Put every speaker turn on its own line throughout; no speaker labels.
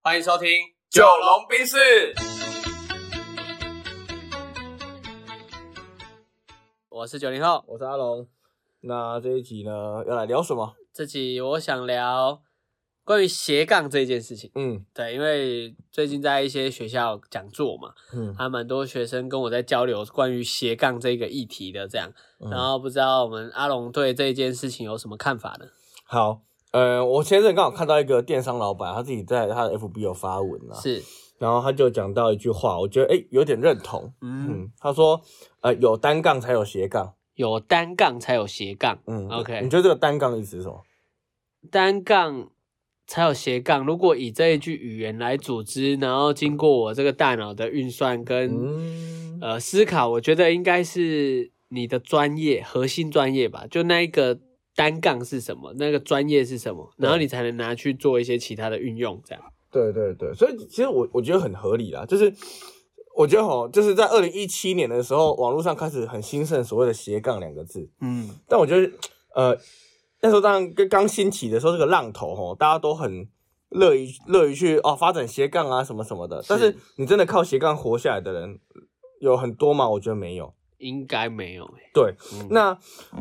欢迎收听《
九龙冰室，
我是九零后。
我是阿龙。那这一集呢，要来聊什么？
这集我想聊关于斜杠这件事情。
嗯
对，因为最近在一些学校讲座嘛，
嗯，
还蛮多学生跟我在交流关于斜杠这个议题的，这样。
嗯
然后不知道我们阿龙对这件事情有什么看法呢？
好，呃，我前阵刚好看到一个电商老板，他自己在他的 FB 有发文啊，
是，
然后他就讲到一句话，我觉得哎有点认同。
嗯，
嗯，他说，呃，有单杠才有斜杠。
有单杠才有斜杠。
嗯
OK
你觉得这个单杠的意思是什么？
单杠才有斜杠。如果以这一句语言来组织，然后经过我这个大脑的运算跟、
嗯
呃思考，我觉得应该是你的专业核心专业吧，就那一个单杠是什么，那个专业是什么，然后你才能拿去做一些其他的运用，这样。
对对对，所以其实我我觉得很合理啦，就是我觉得吼，就是在二零一七年的时候，网络上开始很兴盛所谓的斜杠两个字，
嗯，
但我觉得呃那时候当然刚刚兴起的时候，这个浪头吼，大家都很乐于乐于去哦发展斜杠啊什么什么的，但是你真的靠斜杠活下来的人有很多吗？我觉得没有。
应该没有、欸。
对，
嗯
那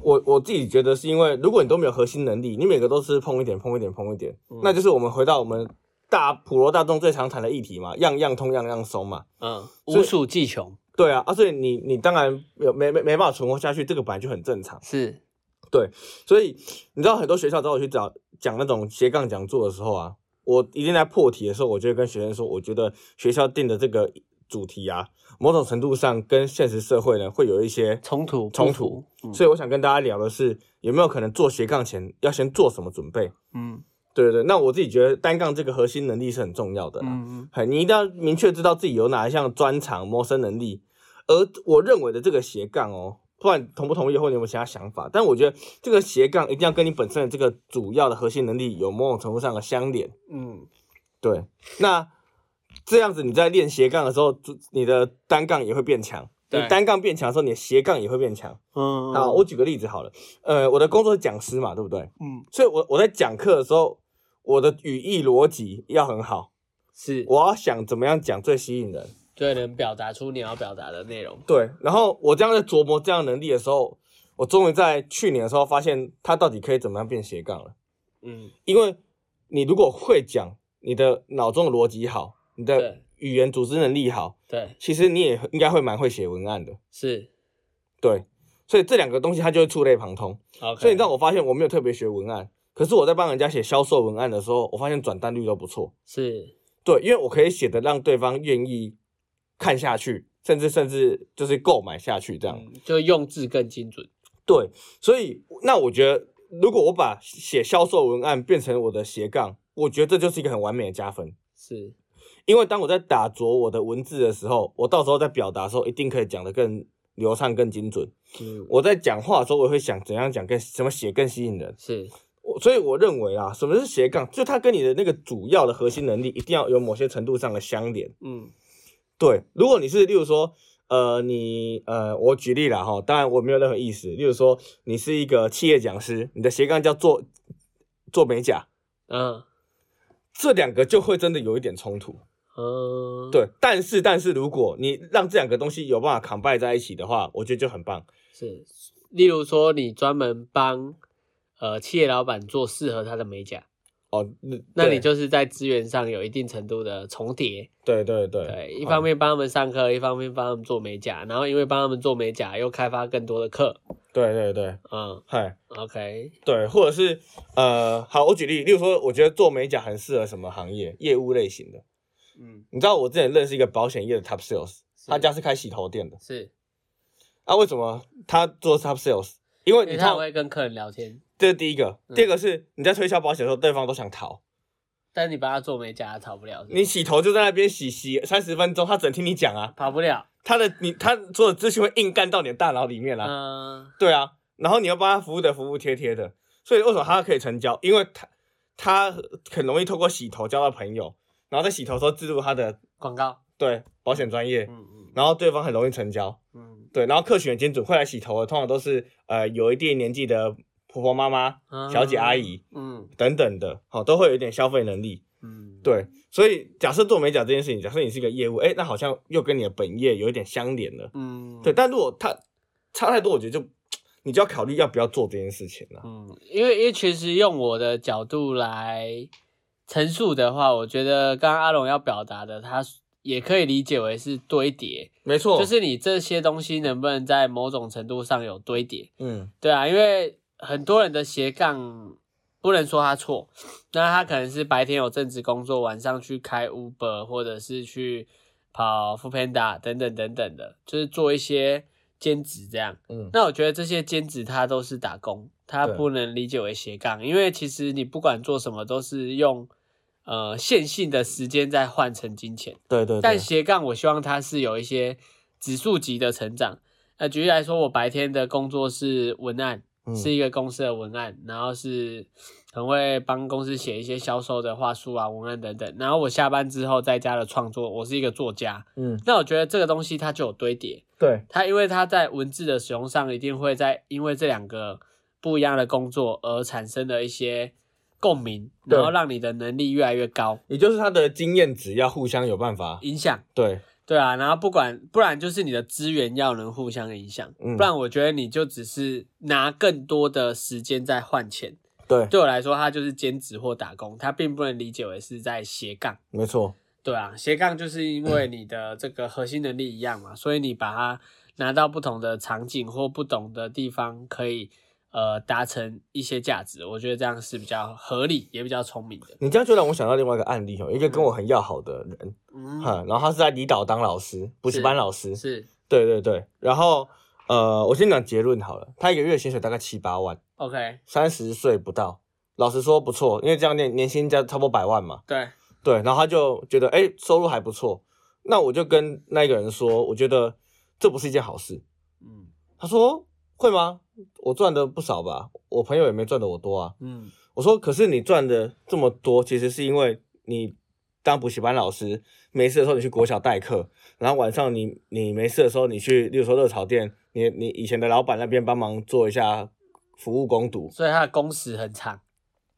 我我自己觉得是因为，如果你都没有核心能力，你每个都是碰一点、碰一点、碰一点，
嗯
那就是我们回到我们大普罗大众最常谈的议题嘛，样样通，样样松嘛。
嗯，
所以
无所技穷
对啊，啊，所以你你当然有没没没办法存活下去，这个本来就很正常。
是，
所以你知道很多学校找我去找讲那种斜杠讲座的时候啊，我一定在破题的时候，我就会跟学生说，我觉得学校定的这个主题啊，某种程度上跟现实社会呢会有一些
冲突不
冲
符
突。
嗯
所以我想跟大家聊的是，有没有可能做斜杠前要先做什么准备？
嗯
对对对，那我自己觉得单杠这个核心能力是很重要的啦。
嗯
很，你一定要明确知道自己有哪一项专长、谋生能力。而我认为的这个斜杠哦，不管同不同意，或者你有没有其他想法，但我觉得这个斜杠一定要跟你本身的这个主要的核心能力有某种程度上的相连。
嗯，
对，那这样子你在练斜杠的时候，就你的单杠也会变强。你
对
单杠变强的时候，你的斜杠也会变强。
嗯，
好，我举个例子好了，呃，我的工作是讲师嘛，对不对？
嗯
所以我我在讲课的时候，我的语义逻辑要很好，
是，
我要想怎么样讲最吸引人。
最能表达出你要表达的内容。
对，然后我这样在琢磨这样的能力的时候，我终于在去年的时候发现它到底可以怎么样变斜杠了。
嗯，
因为你如果会讲，你的脑中的逻辑好，你的
对
语言组织能力好，
对，
其实你也应该会蛮会写文案的。
是
对，所以这两个东西它就会触类旁通。
，OK。
所以你知道我发现我没有特别学文案，可是我在帮人家写销售文案的时候，我发现转单率都不错。
是，
对，因为我可以写的让对方愿意看下去，甚至甚至就是购买下去这样。
嗯，就用字更精准。
对，所以那我觉得，如果我把写销售文案变成我的斜杠，我觉得这就是一个很完美的加分。
是，
因为当我在打着我的文字的时候，我到时候在表达的时候，一定可以讲得更流畅、更精准。
嗯，
我在讲话的时候，我也会想怎样讲更怎么写更吸引人。
是，
我所以我认为啊，什么是斜杠？就它跟你的那个主要的核心能力一定要有某些程度上的相连。
嗯，
对，如果你是例如说，呃，你呃，我举例了哈，当然我没有任何意思。例如说，你是一个企业讲师，你的斜杠叫做做美甲，
嗯，
这两个就会真的有一点冲突。
嗯，，
对，但是但是如果你让这两个东西有办法 combine 在一起的话，我觉得就很棒。
是。例如说，你专门帮呃企业老板做适合他的美甲，
哦，
那
对
你就是在资源上有一定程度的重叠。
对对对嗯
对，一方、面帮他们上课，一方面帮他们做美甲，然后因为帮他们做美甲，又开发更多的课。
嗯对对对，
嗯
嗨。
，OK，
对，或者是呃，好，我举例，例如说，我觉得做美甲很适合什么行业？业务类型的。
嗯，
你知道我之前认识一个保险业的 top sales，他家是开洗头店的。
是，
啊，为什么他做 top sales？因为
因
你
为
看
他，会跟客人聊天，
这是第一个，
嗯
第二个是你在推销保险的时候，对方都想逃。
但你帮他做美甲，他逃不了，是吧
你洗头就在那边洗洗三十分钟，他只能听你讲啊，
跑不了。
他的你他做的资讯会硬干到你的大脑里面啦、
嗯，
对啊，然后你要帮他服务的服服帖帖的，所以为什么他可以成交？因为他他很容易透过洗头交到朋友，然后在洗头的时候置入他的
广告。
对保险专业，
嗯嗯
然后对方很容易成交。
嗯
对，然后客群很精准，会来洗头的通常都是呃有一定年纪的婆婆妈妈、
嗯
小姐阿姨
嗯
等等的，好、都会有一点消费能力。
嗯嗯，
对，所以假设做美甲这件事情，假设你是一个业务，哎，那好像又跟你的本业有一点相连了。
嗯，
对，，但如果它差太多，我觉得就你就要考虑要不要做这件事情了、
嗯，因为因为其实用我的角度来陈述的话，我觉得刚刚阿龙要表达的，他也可以理解为是堆叠，
没错，
就是你这些东西能不能在某种程度上有堆叠？
嗯，
对啊，因为很多人的斜杠不能说他错，那他可能是白天有正职工作，晚上去开 Uber 或者是去跑 f o o Panda 等等等等的，就是做一些兼职这样。
嗯
那我觉得这些兼职它都是打工，它
对
不能理解为斜杠，因为其实你不管做什么都是用呃线性的时间在换成金钱。
对对对，
但斜杠，我希望它是有一些指数级的成长。呃，举例来说，我白天的工作是文案，
嗯
是一个公司的文案，然后是很会帮公司写一些销售的话术啊、文案等等。然后我下班之后在家的创作，我是一个作家。
嗯
那我觉得这个东西它就有堆叠，
对
它因为它在文字的使用上，一定会在因为这两个不一样的工作而产生的一些共鸣，
对
然后让你的能力越来越高，
也就是他的经验值要互相有办法，
影响。
对，
对啊，然后不管不然就是你的资源要能互相影响，
嗯
不然我觉得你就只是拿更多的时间在换钱。
对，
对我来说，它就是兼职或打工，它并不能理解为是在斜杠。
没错，
对啊，斜杠就是因为你的这个核心能力一样嘛，所以你把它拿到不同的场景或不同的地方，可以呃达成一些价值。我觉得这样是比较合理，也比较聪明的。
你这样就让我想到另外一个案例哦，一个跟我很要好的人，
嗯，
哈、然后他是在离岛当老师，补习
是
班老师，
是
对对对，然后呃，我先讲结论好了，他一个月薪水大概七八万，
OK，
三十岁不到，老实说不错，因为这样年年薪加差不多百万嘛，
对，
对，然后他就觉得哎、诶收入还不错，那我就跟那个人说，我觉得这不是一件好事，
嗯
他说会吗？我赚的不少吧，我朋友也没赚的我多啊，
嗯
我说可是你赚的这么多，其实是因为你当补习班老师，没事的时候你去国小代课，然后晚上你你没事的时候你去，例如说热炒店，你你以前的老板那边帮忙做一下服务攻读。
所以它的工时很长。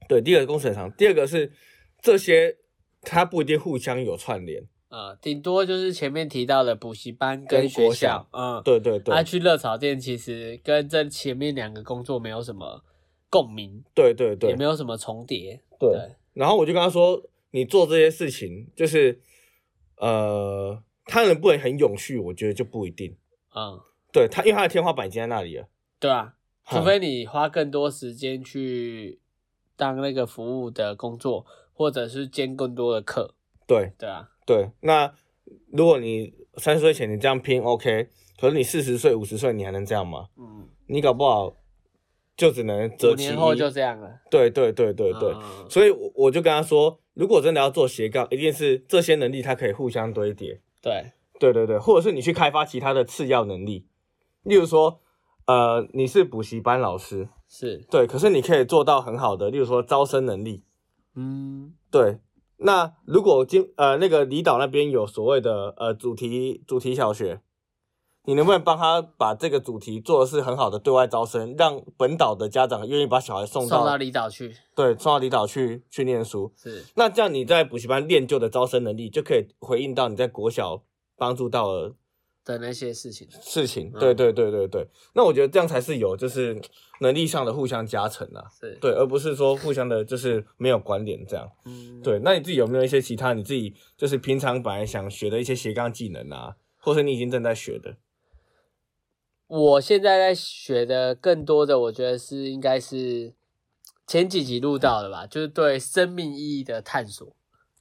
对，第一个工程长，第二个是这些它不一定互相有串联。
呃，顶多就是前面提到的补习班跟
跟
学
国
校
小，
嗯，
对对对，
他、去热炒店其实跟这前面两个工作没有什么共鸣，
对对
也
对
没有什么重叠，
对。然后我就跟他说，你做这些事情就是，呃，他能不能很永续，我觉得就不一定。
嗯，
对他，因为他的天花板已经在那里了。
对啊，除
哼
非你花更多时间去当那个服务的工作，或者是兼更多的课，
对
对啊，
对，那如果你三十岁前你这样拼 OK，可是你四十岁、五十岁你还能这样吗？
嗯，
你搞不好就只能
五
择其一
年。后就这样了，
对对对对对，
嗯
所以我我就跟他说，如果真的要做斜杠，一定是这些能力它可以互相堆叠。
对，
对对对，或者是你去开发其他的次要能力，例如说，呃，你是补习班老师，
是，
对，可是你可以做到很好的，例如说招生能力，
嗯，
对。那如果今呃那个离岛那边有所谓的呃主题主题小学，你能不能帮他把这个主题做的是很好的对外招生，让本岛的家长愿意把小孩送
送
到
到离岛去，
对送到离岛去去念书？
是，
那这样你在补习班练就的招生能力，就可以回应到你在国小帮助到的
的那些事情，
事情。
嗯
对对对对对，那我觉得这样才是有就是能力上的互相加成啊，
是，，
对，而不是说互相的就是没有关联这样。
嗯，
对，那你自己有没有一些其他你自己就是平常本来想学的一些斜杠技能啊，或是你已经正在学的？
我现在在学的更多的，我觉得是应该是前几集录到的吧，就是对生命意义的探索，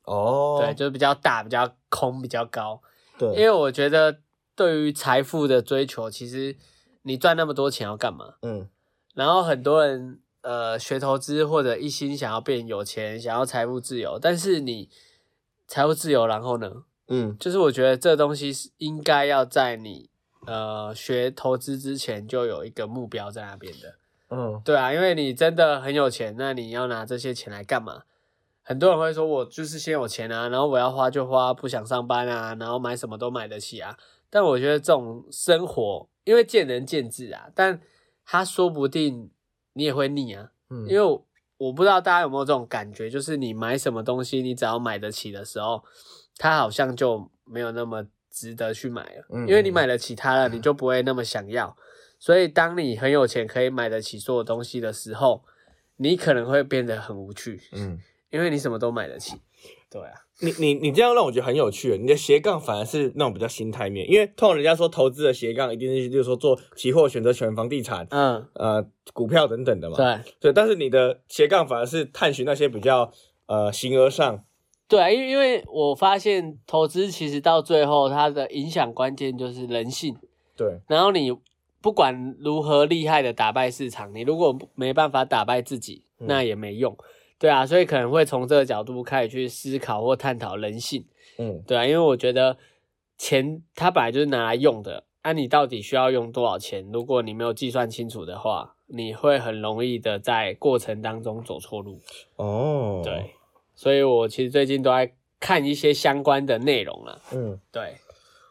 哦
对，就是比较大、比较空、比较高。
对
因为我觉得对于财富的追求，其实你赚那么多钱要干嘛？
嗯
然后很多人呃学投资或者一心想要变有钱，想要财富自由，但是你财富自由，然后呢？
嗯
就是我觉得这东西是应该要在你呃学投资之前就有一个目标在那边的。
嗯，
对啊，因为你真的很有钱，那你要拿这些钱来干嘛？很多人会说，我就是先有钱啊，然后我要花就花，不想上班啊，然后买什么都买得起啊。但我觉得这种生活，因为见仁见智啊，但他说不定你也会腻啊，
嗯
因为我我不知道大家有没有这种感觉，就是你买什么东西，你只要买得起的时候，它好像就没有那么值得去买了，
嗯
因为你买得起它了，你就不会那么想要。所以，当你很有钱可以买得起所有东西的时候，你可能会变得很无趣，
嗯，
因为你什么都买得 起。对啊，
你你你这样让我觉得很有趣，欸你的斜杠反而是那种比较心态面，因为通常人家说投资的斜杠一定是就是说做期货、选择权、房地产、
嗯，
呃股票等等的嘛。
对
对，但是你的斜杠反而是探寻那些比较呃形而上，
对啊，因为因为我发现投资其实到最后它的影响关键就是人性。
对，
然后你不管如何厉害的打败市场，你如果没办法打败自己，
嗯
那也没用。对啊，所以可能会从这个角度开始去思考或探讨人性。
嗯
对啊，因为我觉得钱它本来就是拿来用的，那、你到底需要用多少钱？如果你没有计算清楚的话，你会很容易的在过程当中走错路。
哦，
对，，所以我其实最近都在看一些相关的内容了。
嗯，
对，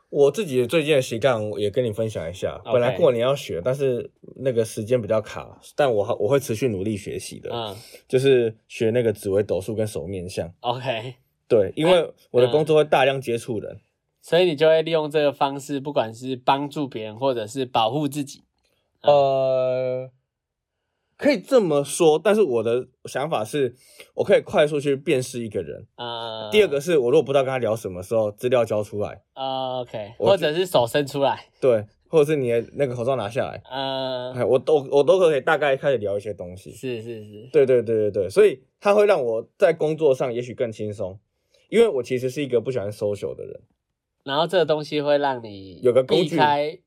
我自己最近的斜杠我也跟你分享一下
OK
本来过年要学，但是那个时间比较卡，但我我会持续努力学习的，
嗯
就是学那个紫微斗数跟手面相。
，OK。
对，因为我的
嗯
工作会大量接触人，
所以你就会利用这个方式，不管是帮助别人，或者是保护自己。嗯
呃，可以这么说，但是我的想法是，我可以快速去辨识一个人。
呃，
第二个是我如果不知道跟他聊什么时候，资料交出来，
呃，OK，
我
或者是手伸出来，
对，或者是你的那个口罩拿下来，
呃，
哎，我都我都可以大概开始聊一些东西。
是是是，
对对对对对，所以它会让我在工作上也许更轻松，因为我其实是一个不喜欢 social 的人。
然后这个东西会让你
有个工具
避开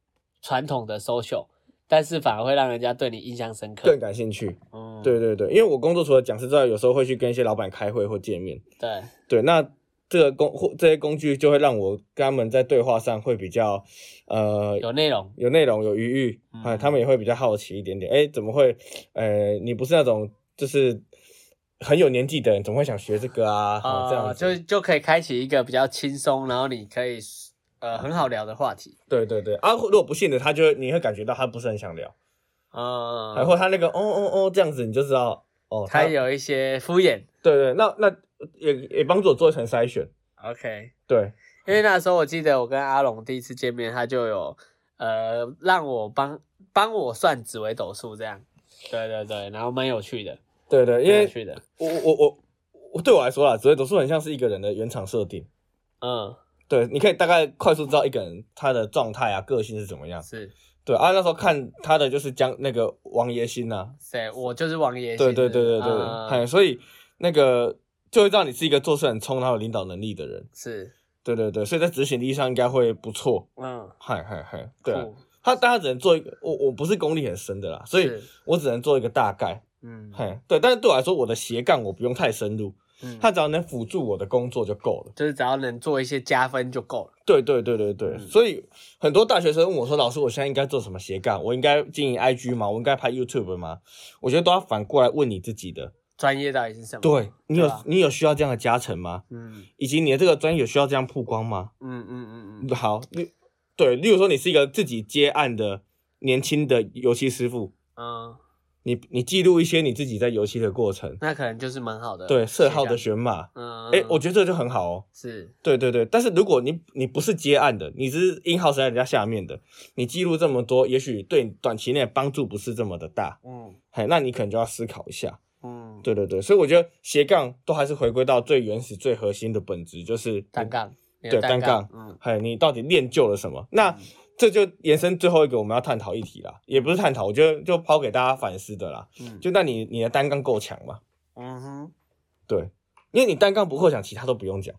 传统的 social，但是反而会让人家对你印象深刻
更。感兴趣，
嗯，
对对对，因为我工作除了讲师之外，有时候会去跟一些老板开会或见面，
对，
对，那这个工或这些工具就会让我跟他们在对话上会比较，呃，
有内容，
有内容有余裕，
嗯
哎、他们也会比较好奇一点点，哎，怎么会，呃，你不是那种就是很有年纪的人，怎么会想学这个啊？哦这样
呃，
子
就就可以开启一个比较轻松，然后你可以呃很好聊的话题。
对对对啊，如果不信的，他就会你会感觉到他不是很想聊，
嗯，
然后他那个哦哦哦这样子，你就知道哦，
他有一些敷衍。
对对，那那也也帮助我做一层筛选，
OK，
对，
因为那时候我记得我跟阿龙第一次见面，他就有呃让我帮帮我算紫微斗数这样，对对对，然后蛮有趣的，
对对，因
蛮有
为
趣的，
我我我我对我来说啦，紫微斗数很像是一个人的原厂设定。
嗯，
对，你可以大概快速知道一个人他的状态啊、个性是怎么样。
是
对啊，那时候看他的就是江那个王爷星呐、
谁？我就是王爷
啊，
星
对
是，
对对对对，
嗯
哎、所以那个就会让你是一个做事很冲、然后有领导能力的人。
是，
对对对，所以在执行力上应该会不错。
嗯，
嗨嗨嗨，对、啊
酷，
他但他只能做一个，我我不是功力很深的啦，所以
是
我只能做一个大概。
嗯
嗨，对，但是对我来说，我的斜杠我不用太深入，
嗯，
他只要能辅助我的工作就够了。
就是只要能做一些加分就够了，
对对对对对，
嗯
所以很多大学生问我说：“老师，我现在应该做什么斜杠？我应该经营 IG 吗？我应该拍 YouTube 吗？”我觉得都要反过来问你自己的，
专业到底是什么？，
对你有、
对啊
你有需要这样的加成吗？
嗯
以及你的这个专业有需要这样曝光吗？
嗯嗯嗯嗯，
好，你对，例如说你是一个自己接案的年轻的油漆师傅，
嗯，
你你记录一些你自己在油漆的过程，
那可能就是蛮好的，
对色号的
学
选码，
长，嗯，
哎、我
觉
觉得这就很好哦。
是
对对对，但是如果你你不是接案的，你只是 in house 在人家下面的，你记录这么多，也许对你短期内帮助不是这么的大，
嗯
嘿，那你可能就要思考一下。
嗯，
对对对，所以我觉得斜杠都还是回归到最原始、最核心的本质，就是
单，杠，你的
对
单
单杠
嗯
嘿，你到底练就了什么？那这就延伸最后一个我们要探讨议题啦，也不是探讨，我觉得就抛给大家反思的啦。
嗯，
就那你你的单杠够强吗？
嗯哼。
对，因为你单杠不够强，其他都不用讲。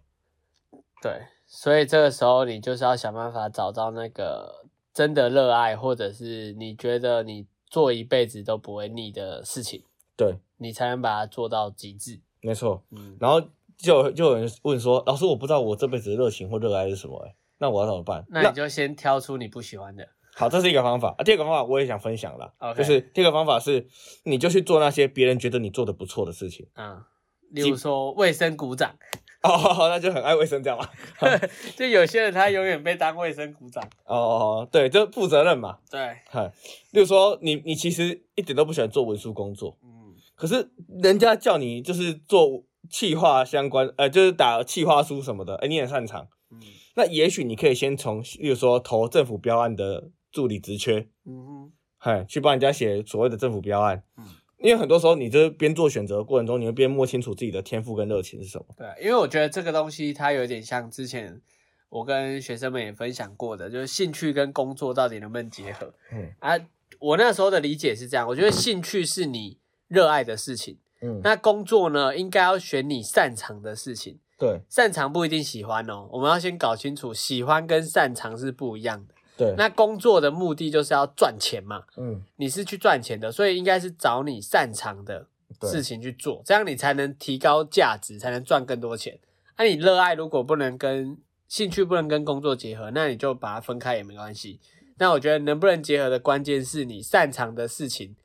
对，所以这个时候你就是要想办法找到那个真的热爱，或者是你觉得你做一辈子都不会腻的事情，
对，
你才能把它做到极致。
没错。
嗯，
然后就有就有人问说：“老师，我不知道我这辈子的热情或热爱是什么、欸，那我要怎么办？”
那你就先挑出你不喜欢的。
好，这是一个方法。啊、第二个方法我也想分享啦
OK
就是第二个方法是，你就去做那些别人觉得你做的不错的事情。
嗯，例如说卫生鼓掌，
哦， 那就很爱卫生这样嘛。
就有些人他永远被当卫生鼓掌。
哦哦，哦对，就负责任嘛。
对，
嗨，例如说你你其实一点都不喜欢做文书工作，
嗯，
可是人家叫你就是做企划相关，呃，就是打企划书什么的，哎、你很擅长，
嗯
那也许你可以先从，例如说投政府标案的助理职缺，
嗯哼
嗨，去帮人家写所谓的政府标案。
嗯
因为很多时候，你这边做选择的过程中，你会边摸清楚自己的天赋跟热情是什么。
对，啊因为我觉得这个东西它有点像之前我跟学生们也分享过的，就是兴趣跟工作到底能不能结合。
嗯
啊，我那时候的理解是这样，我觉得兴趣是你热爱的事情，
嗯，
那工作呢应该要选你擅长的事情。
对
擅长不一定喜欢哦，我们要先搞清楚，喜欢跟擅长是不一样的。
对，
那工作的目的就是要赚钱嘛，
嗯
你是去赚钱的，所以应该是找你擅长的
对
事情去做，这样你才能提高价值，才能赚更多钱。那、你热爱如果不能跟兴趣不能跟工作结合，那你就把它分开也没关系。那我觉得能不能结合的关键是你擅长的事情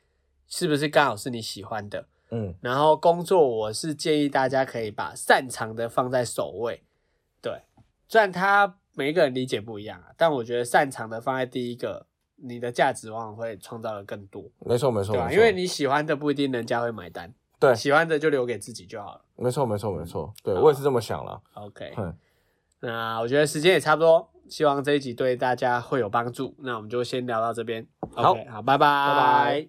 是不是刚好是你喜欢的。
嗯
然后工作，我是建议大家可以把擅长的放在首位。对，虽然他每一个人理解不一样啊，但我觉得擅长的放在第一个，你的价值往往会创造的更多，
没错没错，
对吧？
没错
因为你喜欢的不一定人家会买单，
对
喜欢的就留给自己就好了。
没错没错
嗯
没错，对
好
我也是这么想了。
OK，
嗯，
那我觉得时间也差不多，希望这一集对大家会有帮助。那我们就先聊到这边。
好
OK，好，拜
拜
拜